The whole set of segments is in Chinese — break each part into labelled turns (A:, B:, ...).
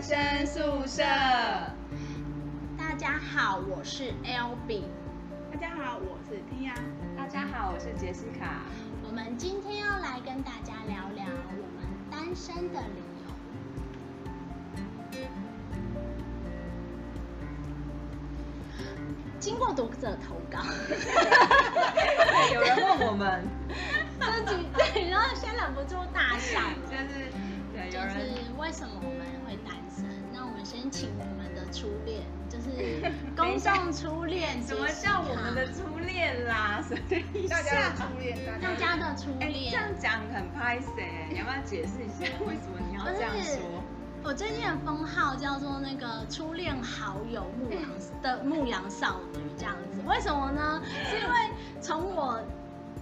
A: 生宿舍。
B: 大家好，我是 L B。
A: 大家好，我是 Tia。大家好，我是杰西卡。
B: 我们今天要来跟大家聊聊我们单身的理由。经过读者投稿，
A: 有人问我们，
B: 自己对，然后先忍不住大笑了。
A: 就是对，
B: 就
A: 有人，
B: 是为什么我们会单身？那我们先请我们的初恋，就是 公众初恋
A: 什么叫我们的初恋啦？什么意思？
C: 大家的初恋，
B: 大
C: 大
B: 家的初
A: 哎，
B: 恋
A: 这？样讲很拍谁？你要不要解释一下为什么你要这样说？
B: 我最近的封号叫做那个初恋好友牧羊
A: 哎
B: 的牧羊少女这样子，为什么呢？是因为从我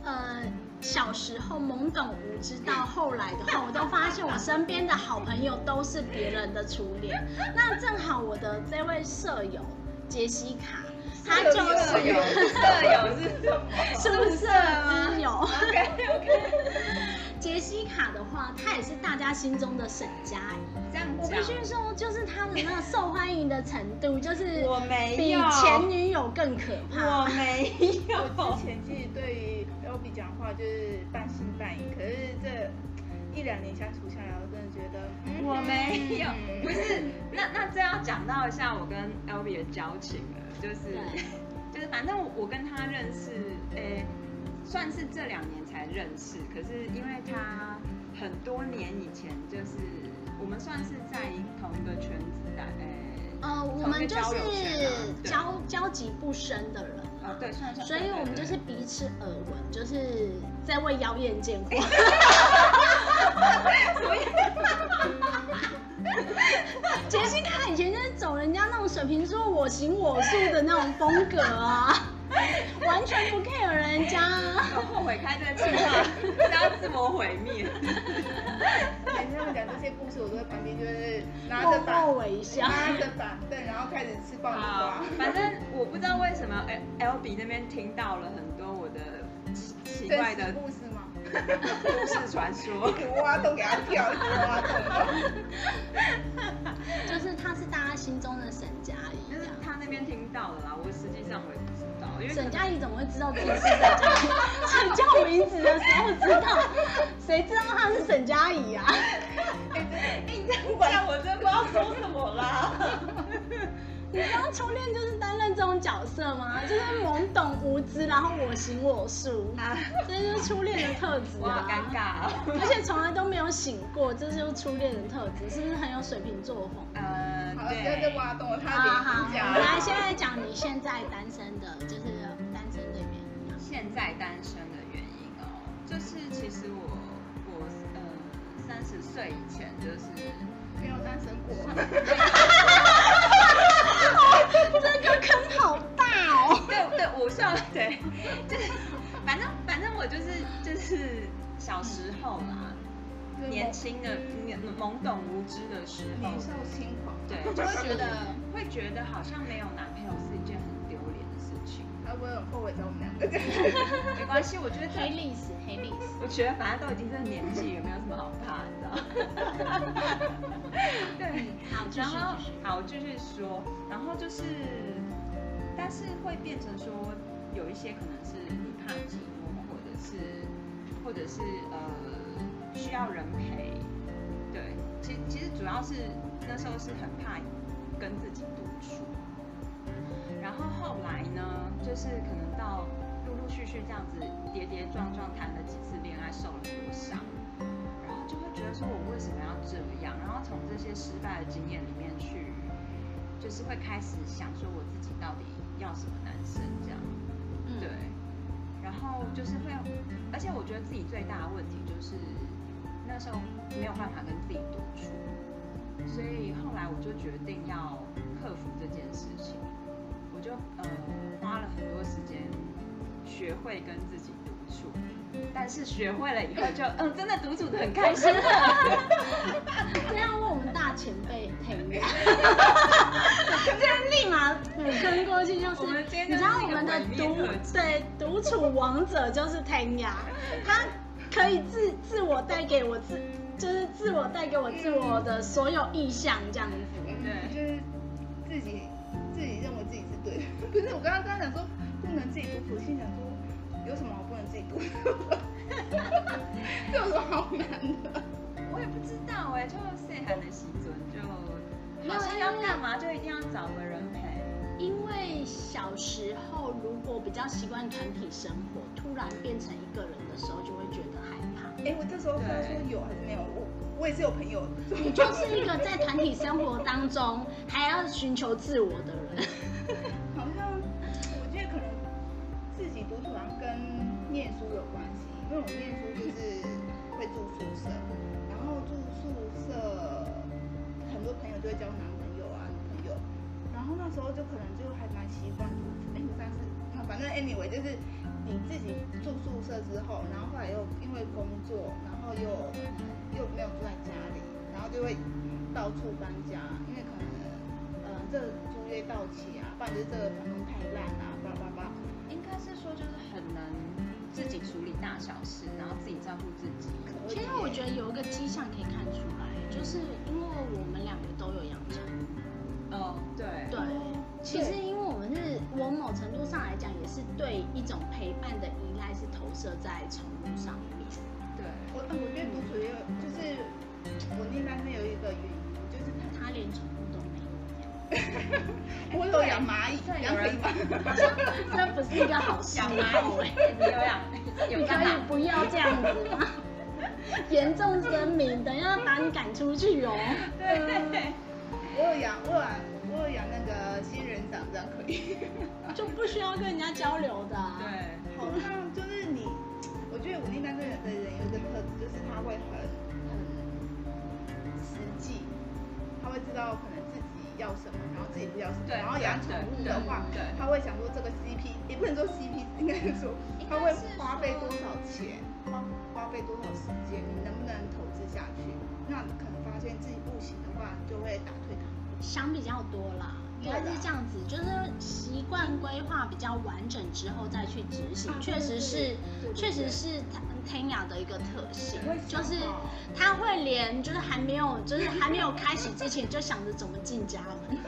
B: 呃小时候懵懂无知到后来的话，我都发现我身边的好朋友都是别人的初 恋。那正好我的这位舍友杰西卡，她就
A: 舍友，
B: 是
A: 舍友是啊什
B: 宿舍
A: 么？哦
B: 之 友。
A: OK OK，
B: 啊杰西卡的话，她也是大家心中的沈佳宜。
A: 这样
B: 我必须说，就是他的那个受欢迎的程度，就是
A: 我没
B: 比
A: 有
B: 前女友更可怕。
A: 我没
C: 我
A: 有
C: 之。前其实对于 L B 讲话就是半信半疑，可是这一两年相处下来，我真的觉得、嗯
A: 我没有，
B: 嗯
A: 不是，那那这要讲到一下我跟 L B 的交情了，就是
B: 对
A: 就是反正我我跟他认识，诶、算是这两年才认识，可是因为他很多年以前就是我们算是在同一个圈子的，诶、
B: 呃，我们就是交交集不深的人
A: 哦
B: 嘛，
A: 对，算算，
B: 所以我们就
A: 对
B: 是
A: 对
B: 彼此耳闻，就是在为妖艳见 光。杰西卡以前就是走人家那种水瓶座我行我素的那种风格啊，完全不 care 人家啊、
A: 对后悔开这个计划，是要自我毁 灭。
C: 每次他们讲这些故事，我都在旁边就是拿
B: 默
C: 着 板
B: 默微笑。
C: 拿着板凳，然后开始吃爆米
A: 好
C: 花。，
A: 反正我不知道为什么 L L B 那边听到了很多我的奇奇
C: 真
A: 怪
C: 实
A: 的
C: 故事吗？
A: 都市传说。
C: 给挖洞给他跳，给挖洞。
B: 就是她是大家心中的沈佳宜
A: 就是
B: 啊。
A: 他那边听到了啦，我实际上我也不知道，因为
B: 沈佳宜怎么会知道自己是沈佳宜？ฉั叫名字的时候知道，谁知道她是沈佳宜啊？
A: 硬 不管我真不知道说什么啦。
B: 你知道初恋就是担任这种角色吗？就是懵懂无知，然后我行我素，这就是初恋的特质
A: 我好
B: 啊。
A: 尴尬啊。
B: 而且从来都没有醒过，这就是初恋的特质，是不是很有水瓶座风？
A: 呃，
C: 好，现在在
A: 对，
C: 挖洞了，
B: 好好，
C: 他
B: 好
C: 脸
B: 我们来
C: 颊。
B: 现在讲你现在单身的，就是单身的原因啊。
A: 现在单身的原因哦，就是其实我我呃三十岁以前就是
C: 没有单身过，
B: 这个坑好大哦！
A: 对对，我算对，就是反正反正我就是就是小时候啦，年轻的年懵懂无知的嗯时候
C: 年，少轻狂。
A: 对，就会觉得会觉得好像没有男朋友是一件很丢脸的事情。
C: 他会不会很后悔找我们两个这样？
A: 没关系，我觉得
B: 黑
A: 这，
B: 历史，黑历史。
A: 我觉得反正都已经这个年纪，也没有什么好怕的，你知道？对。
B: 好，继
A: 然
B: 续
A: 后
B: 继续。
A: 好，我继续说，然后就是，但是会变成说，有一些可能是你怕寂寞，或者是，或者是呃需要人陪，对，其实其实主要是那时候是很怕跟自己独处，然后后来呢，就是可能到陆陆续续这样子跌跌撞撞谈了几次恋爱，受了很多伤。然后就会觉得说我为什么要这样，然后从这些失败的经验里面去，就是会开始想说我自己到底要什么男生这样，
B: 嗯
A: 对，然后就是会，而且我觉得自己最大的问题就是那时候没有办法跟自己独处，所以后来我就决定要克服这件事情，我就呃花了很多时间学会跟自己独处，但是学会了以后就嗯真的独处的很开心了，
B: 这样问我们大前辈听， 这样立马补跟过去就
A: 我
B: 是
A: 们今，天
B: 你
A: 就
B: 知
A: 是
B: 道我们的
A: 一个毁
B: 独
A: 灭特辑
B: 对独处王者就是天涯，他可以自自我带给我自，就是自我带给我自我的所有意向这样子。
C: 嗯
A: 对
C: 就是自己自己认为自己是对的。 不是，我刚刚刚讲说不能自己读谱，心想说有什么我不能自己读的？ 这有什么好难的？
A: 我也不知道哎、就谁还能习准，就好像要干嘛就一定要找个人陪。
B: 因为小时候如果比较习惯团体生活，突然变成一个人的时候，就会觉得害怕。
C: 哎、我这时候不知道说有还是没有，我我也是有朋友，
B: 你就是一个在团体生活当中还要寻求自我的人。
C: 好像我觉得可能自己读书好像跟念书有关系，因为我念书就是会住宿舍，然后住宿舍很多朋友就会交男朋友啊、女朋友，然后那时候就可能就还蛮习惯独处，哎，我上次反正 anyway 就是你自己住宿舍之后，然后后来又因为工作，然后又又没有住在家里，然后就会到处搬家，因为可能嗯、呃这个租约到期啊，不然就是这个房东太烂啊，叭叭叭。
A: 应该是说就是很能自己处理大小事，然后自己照顾自己。
C: 可
B: 其实我觉得有一个迹象可以看出来，就是因为我们两个都有养成。
A: 哦，对，
B: 对，其实因为我们是，我某程度上来讲也是对一种陪伴的依赖是投射在宠物上面。
A: 对，
C: 我呃我觉得独处也有，就是我那单身有一个原因，就是他
B: 它连宠物都没有，
C: 我有养蚂蚁，
A: 对
C: 养
A: 有人
C: 蚂蚁。
B: 这不是一个好事
A: 养
B: 吗？
A: 蚂蚁，你有养，
B: 你
A: 有
B: 可
A: 干
B: 以
A: 嘛？
B: 不要这样子吗？严重声明，等一下把你赶出去哦。
A: 对，
C: 我有养，我有养，我有养那个仙人掌，这样可以。
B: 就不需要跟人家交流的、 啊。
A: 对，
C: 好像就是你，我觉得我那单身的人有一个特质，就是他会很很实际，他会知道可能自己要什么，然后自己不要什么。
A: 对
C: 然后养宠物的话
A: 对对对，
C: 他会想说这个 CP，也不能说 CP，应该是说他会花费多少钱，花花费多少时间，你能不能投资下去？那你可能发现自己不行的话，你就会打退堂 鼓。
B: 想比较多啦，应该是这样子，就是习惯规划比较完整之后再去执行，
C: 啊
B: 确实是
C: 对对对对，
B: 确实是 Tanya 的一个特性
C: 我也，想
B: 就是
C: 到
B: 他会连就是还没有就是还没有开始之前就想着怎么进家门，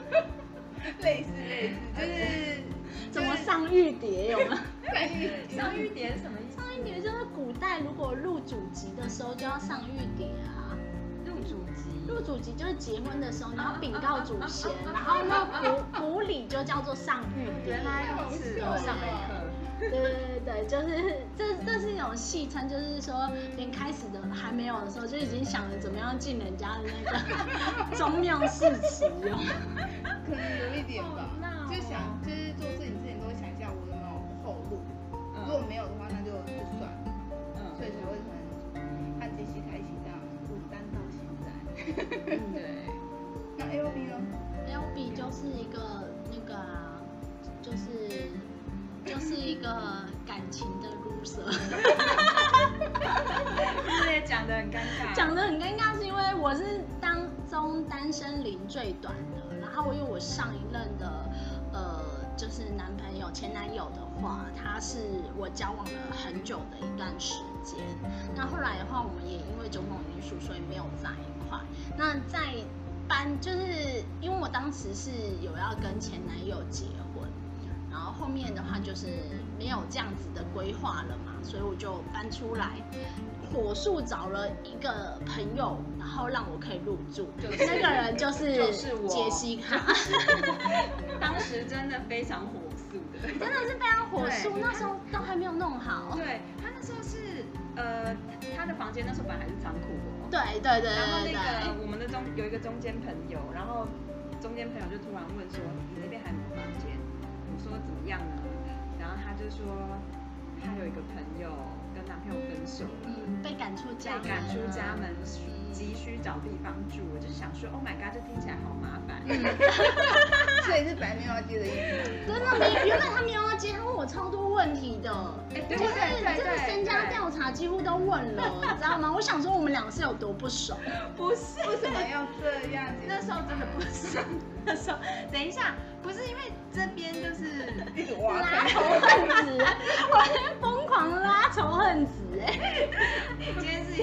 C: 类似类似，就
B: 怎
C: 是
B: 么上玉蝶 有吗？
C: 在意
A: 上玉蝶是什么意思？
B: 上玉蝶就是古代如果入主籍的时候就要上玉蝶啊。
A: 入主
B: 入
A: 籍，
B: 主籍就是结婚的时候，你要禀告祖先，然后那古古礼就叫做上玉蝶。
A: 原来如此，我哦上了一课。嗯
B: 对对对，就是这这是一种戏称，就是说连开始的还没有的时候就已经想着怎么样进人家的那个 宗庙市集哦。
C: 可能有一点吧
A: 好闹哦，
C: 就想就是做事情之前都会想一下我有没有后路，
A: 嗯
C: 如果没有的话那就就算了，所以
A: 嗯，
C: 才会可能和杰西卡一起这样孤单到现在。
A: 对，
C: 那 L B 呢？
B: L B 就是一个那个啊、就是就是一个感情的 loser，
A: 这也讲的很尴尬。
B: 讲的很尴尬，是因为我是当中单身龄最短的，然后因为我上一任的呃就是男朋友前男友的话，他是我交往了很久的一段时间，那后来的话，我们也因为种种因素，所以没有在一块。那在搬，就是因为我当时是有要跟前男友结婚，然后后面的话就是没有这样子的规划了嘛，所以我就搬出来，火速找了一个朋友，然后让我可以入住。
A: 就是
B: 那个人就是
A: 就是我
B: 杰西 卡，
A: 当时真的非常火速 的。
B: 真的是非常火速，
A: 对
B: 那时候都还没有弄好。
A: 对他那时候是呃，他的房间那时候本来是仓库哦。
B: 对对对
A: 然后
B: 对
A: 那
B: 对
A: 个我们的中有一个中间朋友，然后中间朋友就突然问说：“你那边还有没有房间？”我说：“怎么样呢？”然后他就说他有一个朋友跟男朋友分手了。
B: 嗯，被赶出
A: 被
B: 家门，
A: 赶出家门，急需找地方住。我就想说，Oh my god，这听起来好麻烦。
C: 所以是白面要接的意思。
B: 真的没，原本他没有要接，他问我超多问题的，
A: 哎， 对
B: 就
A: 对
B: 是
A: 对对
B: 这个身家
A: 对
B: 调查几乎都问了，你知道吗？我想说我们两个是有多不熟，
A: 不是
C: 为什么要这样？
A: 那时候真的不是，那时候等一下，不是因为这 边就是
C: 一直挖
B: 拉仇恨值，我在疯狂拉仇恨圣子哎，
A: 今天是，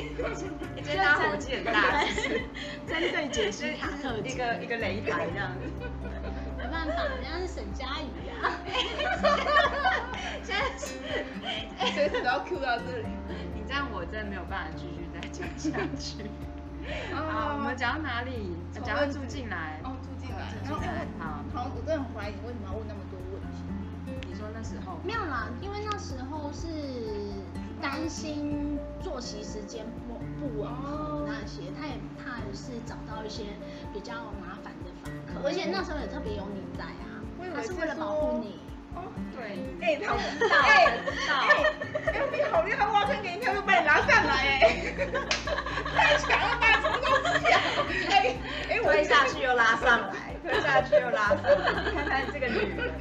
A: 今天大家火气很大，
B: 对，针对杰西卡特
A: 一
B: 辑，
A: 个一个擂台这样子。
B: 没办法，人家是沈佳宜啊。
A: 现在是，
C: 随时都要 Q 到这里。
A: 你这样我真的没有办法继续再讲下 去。 好，
C: 啊
A: 我们讲到哪里？讲到住进来。
C: 哦，住进来。然
A: 住
C: 后
A: 进来。
C: 我
A: 好，
C: 好，我真的很怀疑你为什么要问那么多问题。
A: 你说那时候，
B: 没有啦，因为那时候是担心作息时间不不吻
C: 哦
A: 哦
B: 合那些，他也怕是找到一些比较麻烦的访客，而且那时候也特别有你在啊
C: 我以，为
B: 他是
C: 是
B: 为了保护你。
C: 哦，
A: 对，
C: 哎，他
A: 知道，
C: 哎
A: 知道。
C: 哎，我比好厉害，挖坑给你跳，又把你拉上来，哎， 太强了吧，什么东西啊？哎 哎，我
A: 推下去又拉上来，推下去又拉上来，你看看这个女人。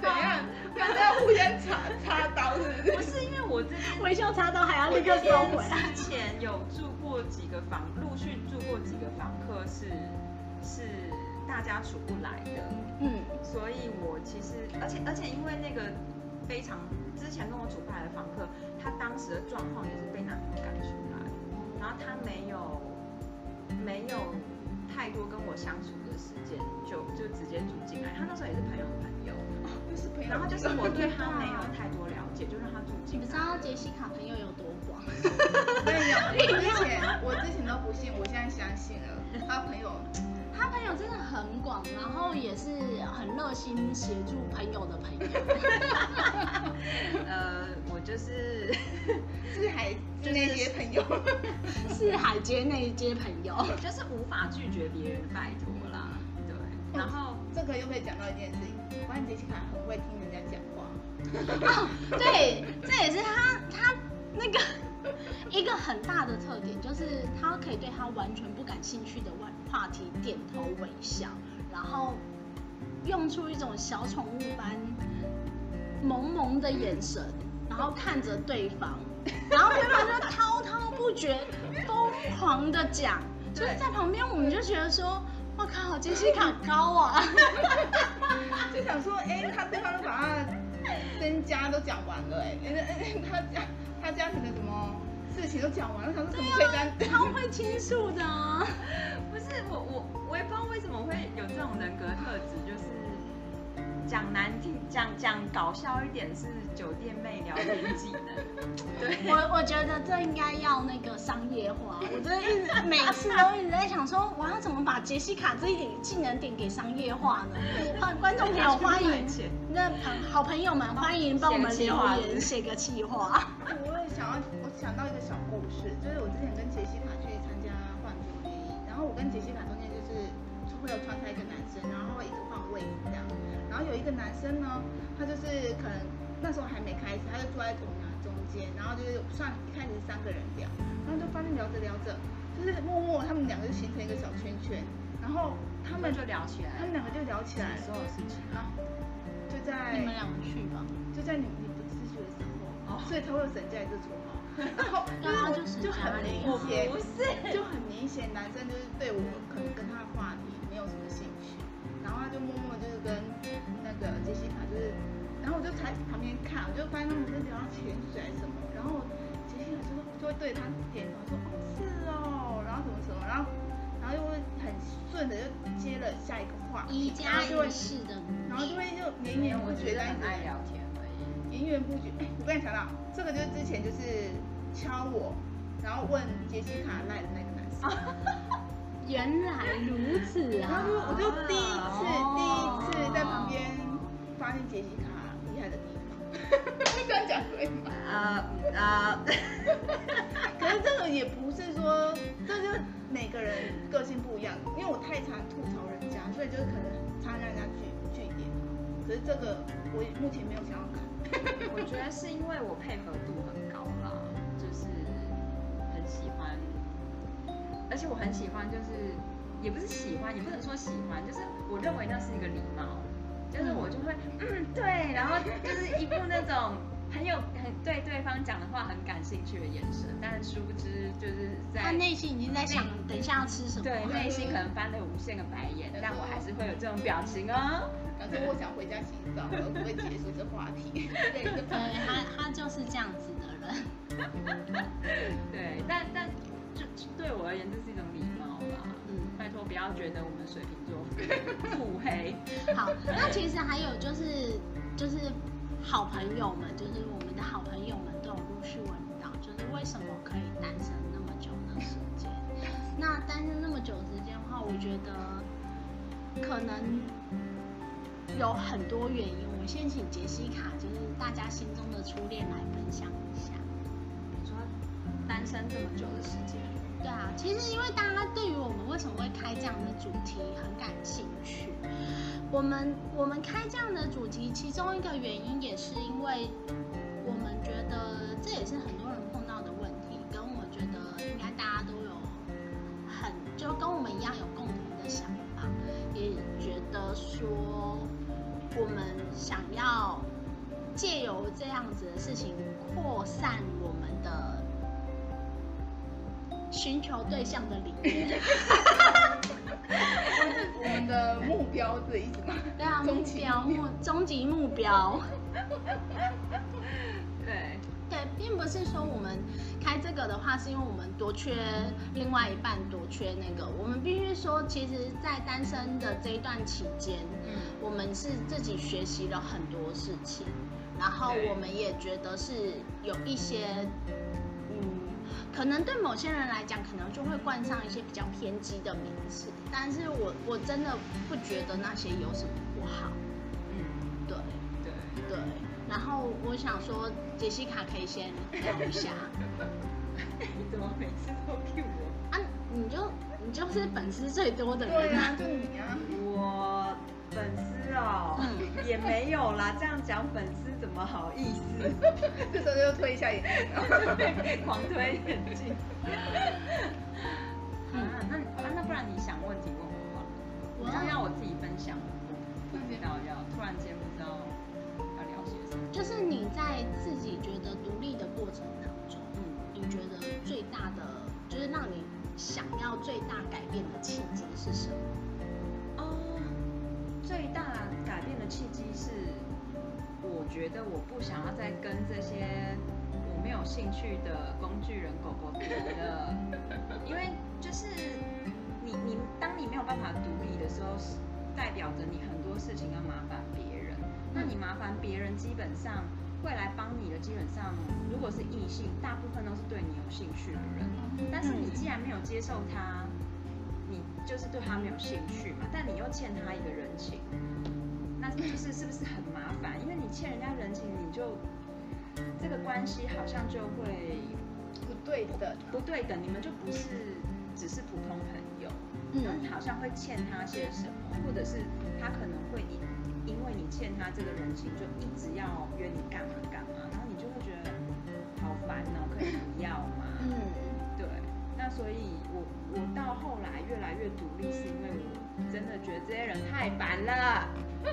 C: 怎样？大家要互相插插刀是不是？
A: 不是因为我这边
B: 微笑插刀还要
A: 我
B: 立刻
A: 这
B: 收回来。
A: 边之前有住过几个房，陆续住过几个房客是是大家处不来的，
B: 嗯，
A: 所以我其实而且而且因为那个非常之前跟我处不来的房客，他当时的状况也是被男朋友赶出来，然后他没有没有太多跟我相处的时间，就就直接住进来。他那时候也是朋友的朋友，
B: 哦
C: 就是朋友
A: 然后就是我对他没有
B: 啊
A: 太多了解，就让他住
B: 你
A: 进
B: 不知
A: 来。
B: 道杰西卡朋友有多广，
C: 跟你讲，我之前我之前都不信，我现在相信了。他朋友，
B: 他朋友真的很广，然后也是很热心协助朋友的朋友。
A: 呃，我就是。
C: 是还是那些朋友，
B: 是海街那一街朋友，
A: 就是无法拒绝别人的拜托啦，对。然后
C: 这个又可以讲到一件事情，关于杰西卡很会听人家讲话。
B: 对，这也是他他那个一个很大的特点，就是他可以对他完全不感兴趣的话话题点头微笑，然后用出一种小宠物般萌萌的眼神，然后看着对方，然后对方就滔滔不绝、疯狂的讲，就是在旁边我们就觉得说，我靠，杰西卡高啊！
C: 就想说，哎、他对方都把他身家都讲完了、哎哎，哎哎他家他家庭的什么事情都讲完了，想说怎么可以这样？
B: 超会倾诉的、啊，
A: 不是我我我也不知道为什么会有这种人格特质，就是讲难听讲讲搞笑一点是酒店妹聊天技能，
B: 我我觉得这应该要那个商业化。我真的一直每次都一直在想说，我要怎么把杰西卡这一点技能点给商业化呢？啊，观众朋友欢迎，那朋好朋友们欢迎帮我们留言写个企划。
C: 我也想要，我想到一个小故事，就是我之前跟杰西卡去参加换服联谊，然后我跟杰西卡中间就是会有穿插一个男生，然后会一直换位置这样，然后有一个男生呢，他就是可能那时候还没开始，他就坐在我们俩中间，然后就是算一开始是三个人聊，然后就发现聊着聊着，就是默默他们两个就形成一个小圈圈，然后他
A: 他
C: 们
A: 们就聊起来
C: 他们两个就聊起来
A: 所有
C: 了，
A: 事情。
C: 然后就在
B: 你们两个去吧，
C: 就在你你不自觉的时
A: 哦
C: 候，所以才会有沈佳宜这绰 号。然后
B: 刚刚就
C: 就是就
B: 沈佳
C: 很
B: 宜
C: 明
A: 我
C: 显，
A: 不是，
C: 就很明显，男生就是对我可能跟他的话题没有什么兴趣，然后他就默默就是跟那个杰西卡就是，然后我就在旁边看，我就发现他们在聊潜水什么，然后杰西卡就就会对他点头说哦是哦，然后什么什么，然后然后又会很顺的就接了下一个话题，
B: 一
C: 然
B: 加
C: 后就会
B: 一是的
C: 然后就会就绵延不
A: 我
C: 绝
A: 觉得
C: 的一
A: 很
C: 直
A: 爱啊聊天而已。
C: 源源不绝。哎、我刚才想到，这个就是之前就是敲我，然后问杰西卡赖的那个男生，
B: 原来如此
C: 然
B: 啊
C: 后！就我就第一次、
B: 哦
C: 第一次在旁边发现杰西卡厉害的地方，这样讲对吗？
A: 呃呃，
C: 可是这个也不是说，这就是每个人个性不一样，因为我太常吐槽人家，所以就是可能常让人家据据点。可是这个我目前没有想要看，
A: 我觉得是因为我配合度很高啦，就是很喜欢，而且我很喜欢，就是也不是喜欢，也不能说喜欢，就是我认为那是一个礼貌，就是我就会嗯对，然后就是一副那种很有很对对方讲的话很感兴趣的眼神，但殊不知就是
B: 他
A: 在。
B: 内心已经在想等一下要吃什么。
A: 对，内心可能翻了无限个白眼，但我还是会有这种表情哦。
C: 然后说我想回家洗澡了，我会结束这话题。对，就
B: 对他他就是这样子的人，
A: 对，但但就对我而言，这是一种礼貌啦。
B: 嗯。
A: 拜托不要觉得我们水瓶座腹黑，
B: 好，那其实还有就是就是好朋友们，就是我们的好朋友们都有陆续问到，就是为什么可以单身那么久的时间？ 那单身那么久的时间的话，我觉得可能有很多原因。我先请杰西卡，就是大家心中的初恋来分享一下。
A: 你说单身这么久的时间，
B: 对啊，其实因为大家对于我们为什么会开这样的主题很感兴趣，我们我们开这样的主题，其中一个原因也是因为我们觉得这也是很多人碰到的问题，跟我觉得应该大家都有很就跟我们一样有共同的想法，也觉得说我们想要借由这样子的事情扩散我们的寻求对象的理念。
C: 我们的目标这一直嘛，
B: 对啊，目
C: 终极
B: 标目终极目标，
A: 对，
B: 对，并不是说我们开这个的话，是因为我们多缺另外一半，多缺那个，我们必须说，其实，在单身的这一段期间，
A: 嗯，
B: 我们是自己学习了很多事情，然后
A: 对
B: 我们也觉得是有一些，嗯，可能对某些人来讲，可能就会冠上一些比较偏激的名词，但是我我真的不觉得那些有什么不好，
A: 嗯，
B: 对。
A: 对，
B: 对，然后我想说，杰西卡可以先聊一下
A: 你怎么每次都 Q 我？
B: 啊，你就你就是粉丝最多的
C: 对
B: 人
C: 啊，就你啊，
A: 我粉丝哦，也没有啦，这样讲粉丝怎么好意 思？
C: 这时候就推一下眼镜啊。
A: 狂推眼 镜。啊，那啊那不然你想问题问我好了，你这样要我自己分享，我不知道要突然间不知道要聊些什么。
B: 就是你在自己觉得独立的过程当中，
A: 嗯，
B: 你觉得最大的就是让你想要最大改变的契机是什么？
A: 哦，最大改变的契机是，我觉得我不想要再跟这些我没有兴趣的工具人狗狗比了，因为就是你你当你没有办法独立的时候，是代表着你很多事情要麻烦别人，那你麻烦别人基本上。会来帮你的，基本上如果是异性，大部分都是对你有兴趣的人。但是你既然没有接受他，你就是对他没有兴趣嘛，但你又欠他一个人情，那就是是不是很麻烦？因为你欠人家人情，你就这个关系好像就会
C: 不对的，
A: 不对等，你们就不是只是普通朋友，然后
B: 嗯
A: 你好像会欠他些什么，或者是他可能会因因为你欠他这个人情，就一直要约你干嘛干嘛，然后你就会觉得好烦哦，可以不要吗？
B: 嗯，
A: 对，那所以我我到后来越来越独立，是因为我真的觉得这些人太烦了。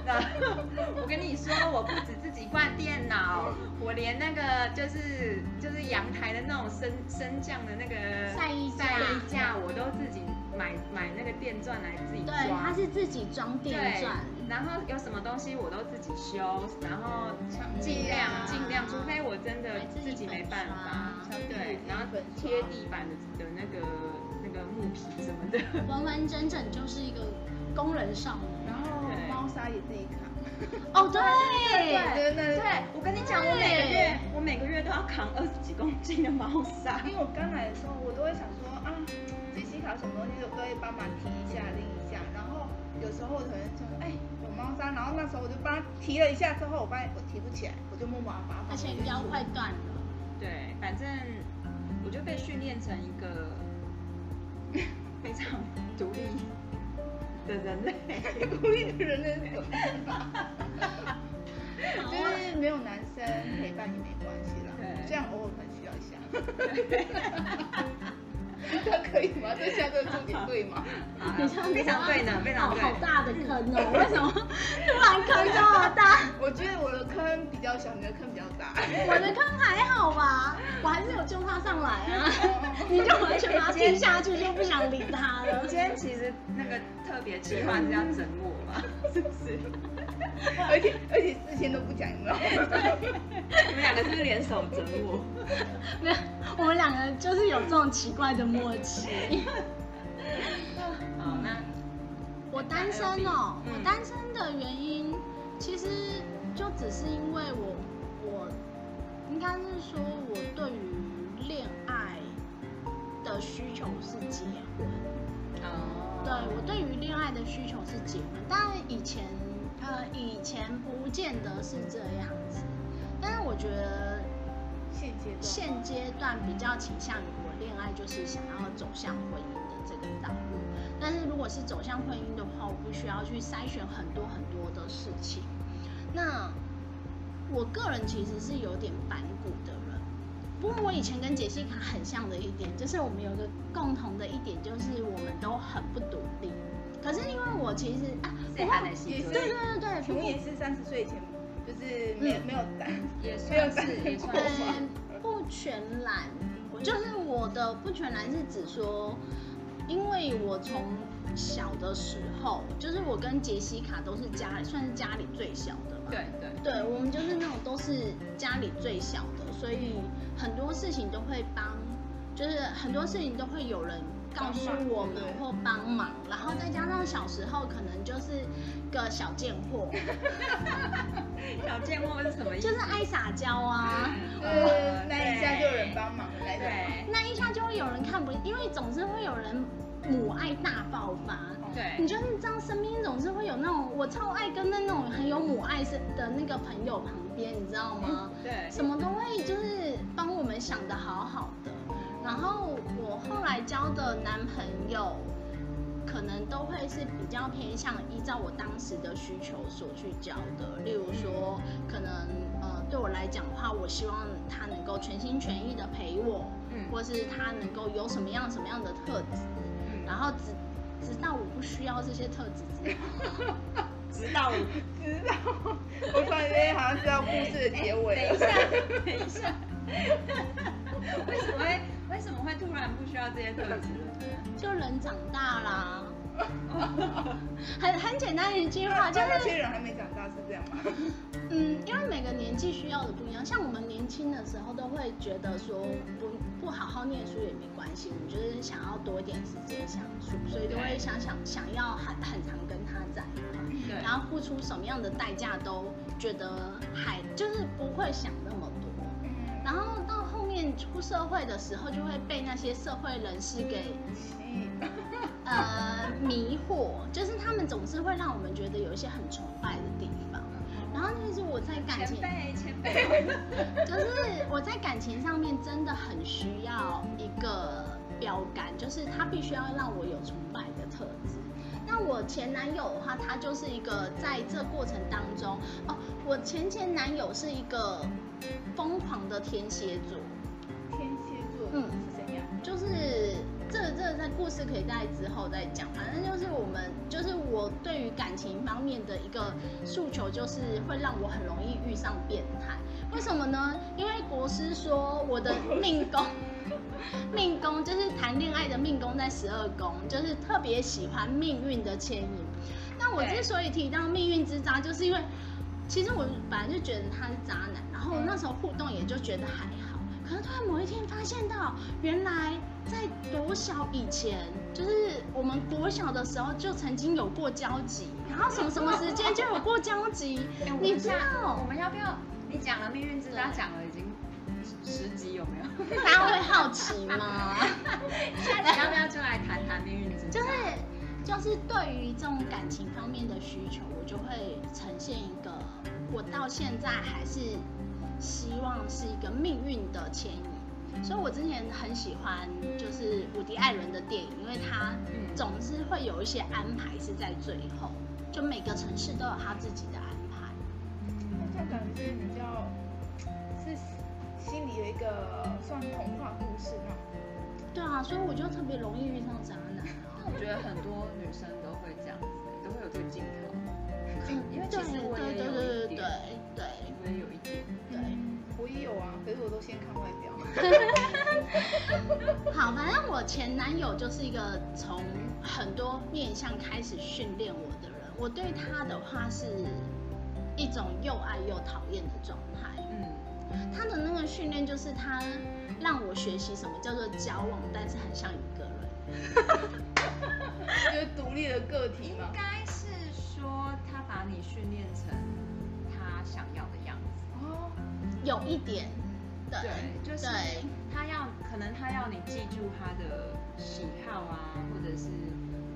A: 然后我跟你说，我不止自己挂电脑，我连那个就是就是阳台的那种升升降的那个
B: 晒衣架
A: 晒衣架，我都自己买买那个电钻来自己
B: 对，
A: 装。
B: 他是自己装
A: 对
B: 电钻，
A: 然后有什么东西我都自己修，然后
C: 墙
A: 尽
C: 壁
A: 量
C: 啊
A: 尽量，除非我真的
B: 还自己
A: 自己没
B: 粉
A: 办
B: 刷
A: 法。
C: 墙壁
A: 对，然后
C: 粉刷
A: 贴地板的的那个那个木皮什么的，
B: 完完整整就是一个工人少女。
C: 然后
A: 对
C: 猫砂也自己扛。
B: 哦，对，
C: 对对
A: 对，我跟你讲，我每个
B: 对
A: 月我每个月都要扛二十几公斤的猫砂。
C: 啊因为我刚来的时候，我都会想说啊，杰西卡什么东西都会帮忙提一下、拎一下，然后有时候可能就哎有猫砂，然后那时候我就帮他提了一下，之后我发现我提不起来，我就默默地把它放
B: 而且
C: 回
B: 腰
C: 去
B: 快断了。
A: 对，反正我就被训练成一个 非常独立的人类。
C: 孤立的人类有办法，
B: 好
C: 就
B: 啊
C: 是没有男生陪伴也没关系啦，
A: 对
C: 这样偶尔可能需要一下。 这样可以吗？这下这个重点 对吗？
A: 好
B: 你这样
A: 非常对呢，非常对。
B: 好好大的坑哦！为什么突然坑这么大？
C: 我觉得我的坑比较小，你的坑比较大。
B: 我的坑还好吧，我还是有救他上来 啊。你就完全把他踢下去，就不想理他了
A: 我。今天其实那个特别计划是要整我嘛，是不是？
C: 而且而且事先都不讲，有没有？
D: 你们两个是不是联手整我？
B: 没有，我们两个就是有这种奇怪的默契。
A: 哦，那
B: 我单身哦，
D: 嗯
B: 我单身的原因其实就只是因为我我应该是说我对于恋爱的需求是结婚，
A: 哦，
B: 对我对于恋爱的需求是结婚，但以前呃以前不见得是这样子，但是我觉得
C: 现阶段
B: 现阶段比较倾向于我恋爱就是想要走向婚姻的这个道路，但是如果是走向婚姻的话，我不需要去筛选很多很多的事情。那我个人其实是有点反骨的人，不过我以前跟杰西卡很像的一点，就是我们有个共同的一点，就是我们都很不独立。可是因为我其实啊，
A: 谁
B: 我
A: 还能
C: 也
A: 吸
C: 是
A: 收？
B: 对对对，
C: 请
B: 不过
C: 问也是三十岁前，就是没有、
B: 嗯
C: 没有单，
A: 也
C: 没有
A: 算
C: 单
A: 是也算
C: 过
A: 是
C: 嘛。
B: 呃，不全然，我就是我的不全然是指说，因为我从小的时候，就是我跟杰西卡都是家里算是家里最小的嘛。
A: 对对，
B: 对，我们就是那种都是家里最小的，所以很多事情都会帮，就是很多事情都会有人告诉我们
C: 帮忙对
B: 或帮忙，然后再加上小时候可能就是个小贱货，
A: 小芥末是什么意
B: 就
A: 思？
B: 是爱撒娇啊。
C: 呃，那一下就有人帮忙的那
A: 哦
C: 种。
A: 对
B: 那一下就会有人看不，因为总是会有人母爱大爆发。
A: 对
B: 你就是这样，身边总是会有那种我超爱跟那种很有母爱是的那个朋友旁边，你知道吗？
A: 对，
B: 什么都会就是帮我们想的好好的。然后我后来交的男朋友，可能都会是比较偏向依照我当时的需求所去交的。例如说，可能呃对我来讲的话，我希望他能够全心全意的陪我，
A: 嗯
B: 或是他能够有什么样什么样的特质，
A: 嗯
B: 然后直直到我不需要这些特质之后，
A: 直到我
C: 知道，我突然间好像知道故事的结尾
A: 等一
C: 了。
A: 下，哎等一下， 为什么会为什么会突然不需要这些特质了呢？
B: 就人长大啦。
A: 哦
B: 很很简单的一句 话，就
C: 那
B: 是
C: 些人还没长大是这样吗？
B: 嗯，因为每个年纪需要的不一样，像我们年轻的时候都会觉得说不不好好念书也没关系，我们就是想要多一点时间相处，所以都会
A: 对
B: 想想想要很很常跟他在一块。
A: 对
B: 然，后付出什么样的代价都觉得还就是不会想那么多。嗯然后到后面出社会的时候，就会被那些社会人士给呃迷惑，就是他们总是会让我们觉得有一些很崇拜的地方。然后就是我在感
A: 前
B: 情，
A: 辈前辈，
B: 就是我在感情上面真的很需要一个标杆，就是他必须要让我有崇拜的特质。那我前男友的话，他就是一个在这过程当中，哦，我前前男友是一个疯狂的天蝎座，
C: 天蝎座
B: 嗯
C: 是怎样？
B: 就是这个这个在故事可以在之后再讲，反正就是我们就是我对于感情方面的一个诉求，就是会让我很容易遇上变态。为什么呢？因为国师说我的命宫， 命宫就是谈恋爱的命宫在十二宫，就是特别喜欢命运的牵引。那我之
A: 对
B: 所以提到命运之渣，就是因为其实我本来就觉得他是渣男，然后那时候互动也就觉得还好。可是突然某一天发现到，原来在多小以前，就是我们国小的时候就曾经有过交集，然后什么什么时间就有过交集
A: 哎我，们
B: 你知
A: 下我
B: 道？
A: 们要不要？你讲了命运之渣，讲了已经十集有 没有？
B: 大家会好奇吗？
A: 下集要不要就来谈谈命运之
B: 就
A: 渣
B: 是？就是对于这种感情方面的需求，我就会呈现一个我到现在还是希望是一个命运的牵引。所以我之前很喜欢就是伍迪·艾伦的电影，因为他
A: 嗯
B: 总是会有一些安排是在最后，就每个城市都有他自己的安排。
C: 那这样感觉是比较是心里有一个算童话故事那种。
B: 对啊，所以我就特别容易遇上渣男啊。
A: 我觉得很多女生都会这样子，都会有这个镜头，因为其
B: 对
A: 实我
B: 对对
A: 也有
B: 对
A: 一
B: 对
A: 点，
B: 对
A: 我也有一点。
B: 对。
C: 我也有啊，可是我都先看外表。
B: 好，反正我前男友就是一个从很多面向开始训练我的人。我对他的话是一种又爱又讨厌的状态。
A: 嗯，
B: 他的那个训练就是他让我学习什么叫做交往，但是很像一个人。
C: 就是独立的个体嘛
A: 应。该是说他把你训练成他想要的样子。
C: 哦，
B: 有一点，对，
A: 对，就是
B: 对
A: 他要，可能他要你记住他的喜好啊，或者是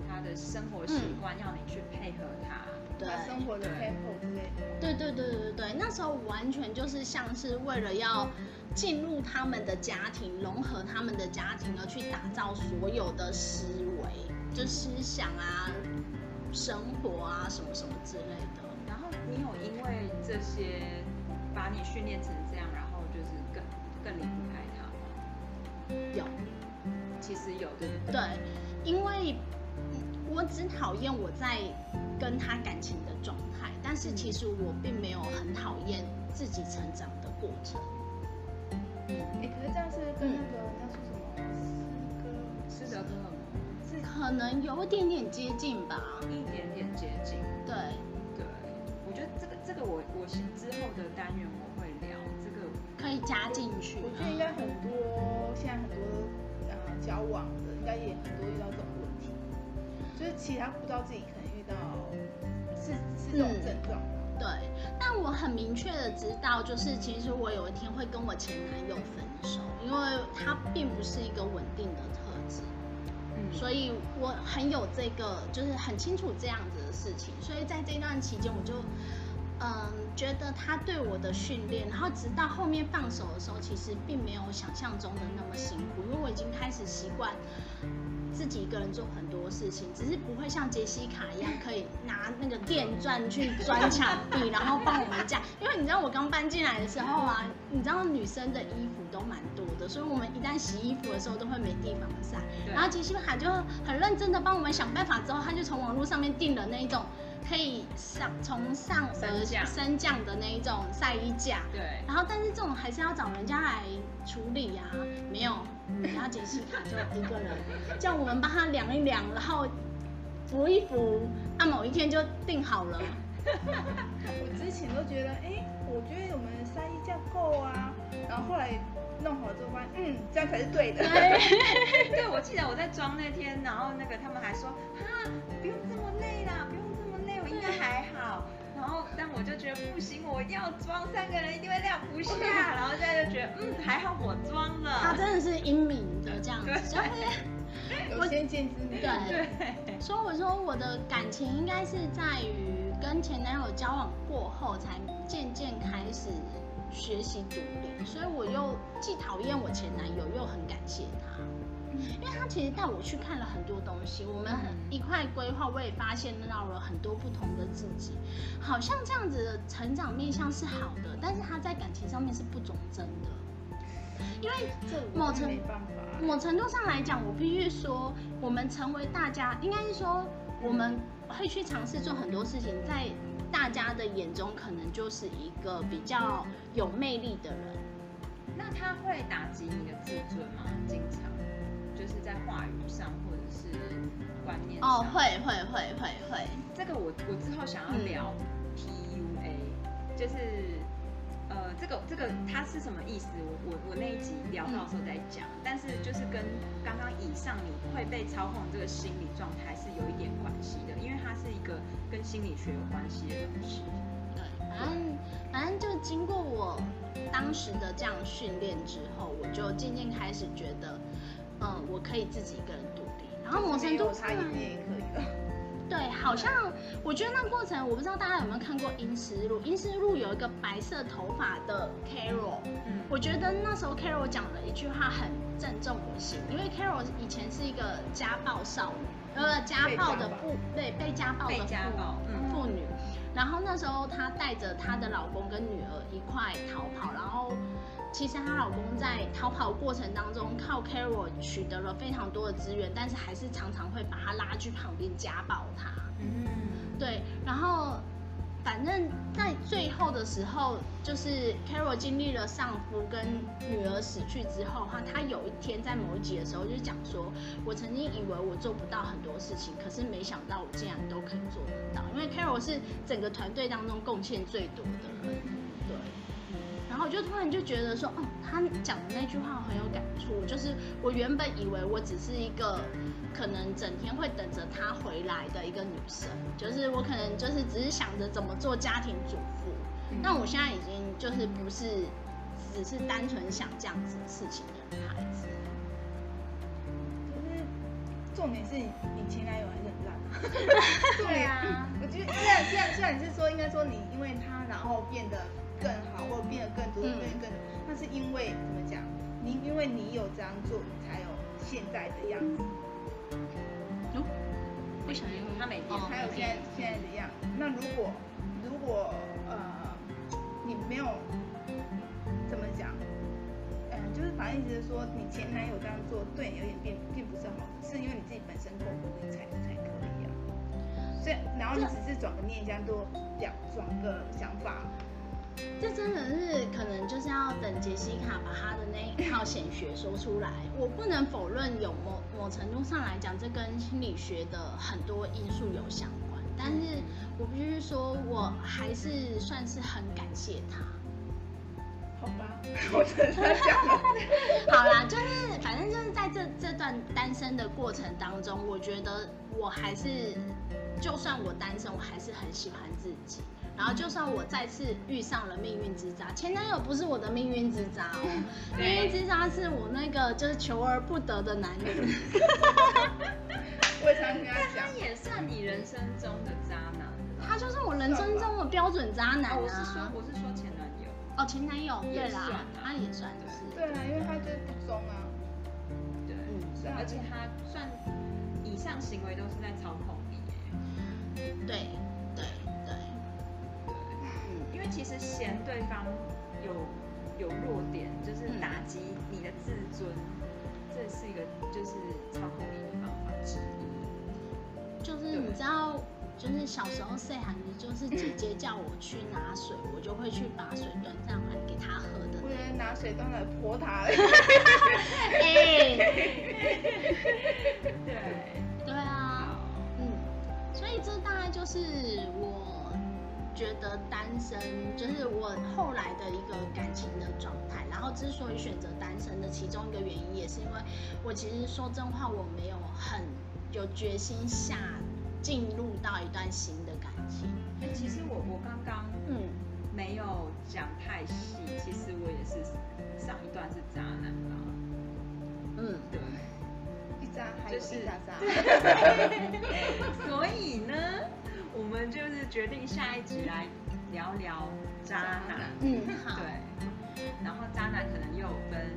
A: 他的生活习惯，要你去配合他。
B: 对
C: 把生活的配合之类的。
B: 对对对对对对，那时候完全就是像是为了要进入他们的家庭，融合他们的家庭，而去打造所有的思维，就思想啊、生活啊什么什么之类的。
A: 然后你有因为这些把你训练成这样，然后就是更更离不开他吗？
B: 有
A: 其实有，对不对？
B: 对，因为我只讨厌我在跟他感情的状态，但是其实我并没有很讨厌自己成长的过程。
C: 哎，可是这样是跟那个
B: 嗯
C: 那是什么诗
A: 是的，可
C: 歌？是
B: 可能有一点点接近吧，
A: 能一点点接近。
B: 对，
A: 对，我觉得这个这个我我是之后的单元我会聊这个。
B: 可以加进去。
C: 我觉得应该很多，现在很多呃交往的应该也很多遇到这种问题，就是其实他不知道自己可能遇到是是这种症状吧。
B: 对，但我很明确的知道，就是其实我有一天会跟我前男友分手，因为他并不是一个稳定的特质，
A: 嗯，
B: 所以我很有这个，就是很清楚这样子的事情，所以在这段期间我就。嗯，觉得他对我的训练，然后直到后面放手的时候，其实并没有想象中的那么辛苦，因为我已经开始习惯自己一个人做很多事情，只是不会像杰西卡一样可以拿那个电钻去钻墙壁，然后帮我们架。因为你知道我刚搬进来的时候啊，你知道女生的衣服都蛮多的，所以我们一旦洗衣服的时候都会没地方晒。
A: 对
B: 然后杰西卡就很认真的帮我们想办法，之后他就从网络上面订了那一种可以上从上而
A: 升降
B: 升降的那一种晒衣架。
A: 对，
B: 然后，但是这种还是要找人家来处理啊，没有，然后杰西卡就一个人，叫我们帮他量一量，然后扶一扶，那、某一天就定好了。
C: 我之前都觉得，哎，我觉得我们三一架够啊，然后后来弄好之后发现，嗯，这样才是对的。
A: 对，我记得我在装那天，然后那个他们还说，哈，不用这么累啦，不用这么累，我应该还好。然后，但我就觉得不行，我一定要装，三个人一定会晾 不下。然后现在就觉得，嗯，还好我装
B: 他
A: 了。
B: 真的是英明的这样子，就是
C: 有先见之明。
B: 对。
A: 对，
B: 所以我说我的感情应该是在于跟前男友交往过后，才渐渐开始学习独立，所以我又既讨厌我前男友，又很感谢他，因为他其实带我去看了很多东西，我们很一块规划，我也发现到了很多不同的自己，好像这样子的成长面向是好的，但是他在感情上面是不忠贞的，因为
C: 这
B: 某
C: 我真
B: 程
C: 没办法。
B: 某程度上来讲，我必须说，我们成为大家，应该是说我们会去尝试做很多事情，在大家的眼中，可能就是一个比较有魅力的人。
A: 那他会打击你的自尊吗？经常，就是在话语上或者是观念上。
B: 哦，会会会会会，
A: 这个我我之后想要聊
B: 嗯
A: PUA，、就是呃，这个这个它是什么意思？我我我那一集聊到的时候再讲，但是就是跟刚刚以上你会被操控这个心理状态是有一点关系的，因为它是一个跟心理学有关系的东西。
B: 对，反正反正就经过我当时的这样训练之后，我就渐渐开始觉得，嗯，我可以自己一个人独立。然后某程度啊上
C: 他，一定也可以了。
B: 对，好像我觉得那过程，我不知道大家有没有看过《阴尸路》。《阴尸路》有一个白色头发的 Carol，
A: 嗯，
B: 我觉得那时候 Carol 讲了一句话很正中我心，因为 Carol 以前是一个家暴少女，呃，家暴的妇，对，被家暴的
A: 被
B: 妇
A: 家暴，嗯，
B: 妇女。然后那时候她带着她的老公跟女儿一块逃跑，然后其实她老公在逃跑过程当中靠 Carol 取得了非常多的资源，但是还是常常会把她拉去旁边家暴她。
A: 嗯
B: 对，然后反正在最后的时候，就是 Carol 经历了丧夫跟女儿死去之后，哈，她有一天在某一集的时候就讲说，我曾经以为我做不到很多事情，可是没想到我竟然都可以做得到，因为 Carol 是整个团队当中贡献最多的人，对。然后我就突然就觉得说，哦，他讲的那句话很有感触，就是我原本以为我只是一个可能整天会等着他回来的一个女生，就是我可能就是只是想着怎么做家庭主妇，但我现在已经就是不是只是单纯想这样子的事情的女孩子，
C: 就是重点是你你前男友还是很烂。 重
B: 对
C: 点
B: 啊，
C: 我觉得虽然虽然虽然是说，应该说你因为他然后变得更好，或者变得更多，
B: 嗯
C: 变得更，那是因为怎么讲？你因为你有这样做，你才有现在的样子，
B: 哦，不小心
A: 他没变
B: 哦
C: 才有现在现在的样子。那如果如果呃你没有呃怎么讲？嗯，就是反正意思是说，你前男友这样做对你有点并并不是好，是因为你自己本身够努力才才可以啊。所以，然后你只是转个念想，多讲转个 想法，
B: 这真的是可能就是要等杰西卡把她的那一套显学说出来。我不能否认有某某程度上来讲，这跟心理学的很多因素有相关，但是我必须说，我还是算是很感谢她。
C: 好吧？我只能这样讲了。
B: 好啦，就是反正就是在这这段单身的过程当中，我觉得我还是，就算我单身，我还是很喜欢自己。然后，就算我再次遇上了命运之渣，前男友不是我的命运之渣哦，
A: 对
B: 命运之渣是我那个就是求而不得的男 人。
C: 我也常跟他讲
A: 他，也算你人生中的渣男了。
B: 他就是我人生中的标准渣男啊！
A: 哦我是说，我是说前男友。
B: 哦，前男友对
A: 也
B: 啦
A: 算啊，
B: 他也算是，
C: 对啊，因为他就是不忠啊，
A: 对，
B: 嗯
C: 对啊
A: 而且他算以上行为都是在操控你耶。
B: 对对对，嗯
A: 对，因为其实嫌对方有有弱点，就是
B: 嗯
A: 打击你的自尊，这是一个就是操控你的方法之一。
B: 就是你知道，就是小时候岁寒，你就是姐姐叫我去拿水，我就会去把水端上来给她喝的
C: 我。觉得拿水端来泼他，
B: 哎，
A: 对，
B: 对啊，嗯，所以这大概就是我觉得单身，就是我后来的一个感情的状态。然后之所以选择单身的其中一个原因，也是因为我其实说真话，我没有很有决心下进入到一段新的感情。
A: 哎、其实我我刚刚
B: 嗯，
A: 没有讲太细，其实我也是上一段是渣男嘛，
B: 嗯，
A: 对，
C: 一扎还有
A: 就
C: 一
A: 是
C: 扎扎，
A: 所以呢，我们就是决定下一集来聊聊渣
C: 渣
A: 男
C: 男。
B: 嗯，好，
A: 对，啊然后渣男可能又有分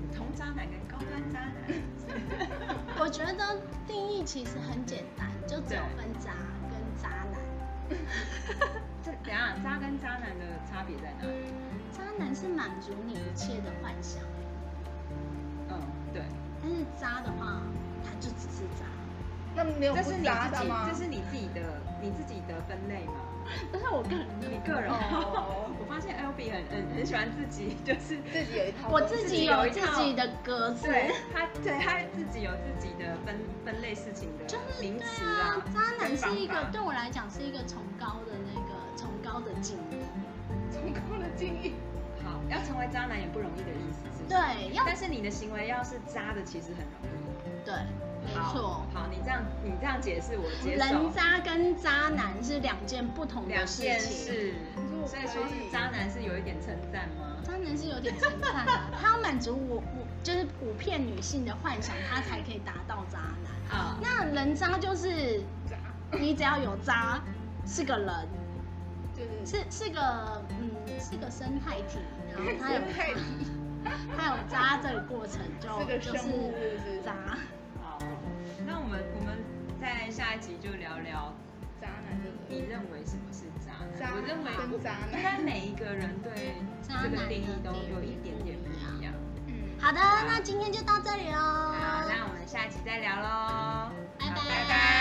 A: 普通渣男跟高端渣男。
B: 我觉得定义其实很简单，就只有分渣跟渣男。
A: 这等一下渣跟渣男的差别在哪里？
B: 渣男是满足你一切的幻想，
A: 嗯，对，
B: 但是渣的话，他就只是渣。
C: 那没有
A: 这是
C: 不
A: 你
C: 扎
A: 自
C: 的
A: 己，
C: 吗？
A: 这是你自己的你自己的分类吗？
B: 但是我个人认
A: 你
B: 为，
A: 个人。
C: 哦
A: 我发现 L B 很很很喜欢自己，就是
C: 哦自己有一套，
B: 我自己有自己的格子。
A: 对他对他自己有自己的分分类事情的
B: 就是
A: 名
B: 对
A: 词
B: 啊，渣男
A: 跟
B: 是一
A: 方
B: 个
A: 法
B: 对我来讲是一个崇高的那个崇高的敬意，
C: 成功的经历，
A: 好，要成为渣男也不容易的意思是不是？
B: 对，要
A: 但是你的行为要是渣的，其实很容易。
B: 对，没
A: 好
B: 错，
A: 好，你这样你这样解释我接受。
B: 人渣跟渣男是两件不同
A: 两
B: 的事
A: 件
B: 情。
A: 事
C: 如，果
A: 所以说
C: 可
A: 是
C: 以
A: 渣男是有一点称赞吗？
B: 渣男是有点称赞的，他要满足我我就是普遍女性的幻想，他才可以达到渣男。
A: 啊，
B: 那人渣就是
C: 扎
B: 你只要有渣，是个人，
C: 就是
B: 是是个嗯是个生态体，然 后他有
C: 生态体
B: 他有渣这个过程就是
C: 个
B: 就
C: 生物是
B: 是
C: 不是
B: 渣。
A: 好，那我们我们在下一集就聊聊
C: 渣男这
A: 你
C: 个，
A: 认为什么是渣男？
C: 渣
A: 我认为
C: 跟
A: 我
C: 渣男
A: 应该每一个人对
B: 渣
A: 这
B: 男
A: 个
B: 的
A: 定义都
B: 定义
A: 有一点点不
B: 不一
A: 一样。
C: 嗯，
B: 好的，那今天就到这里喽，
A: 好，那我们下一集再聊喽，
B: 拜
A: 好
B: 拜
A: 拜拜。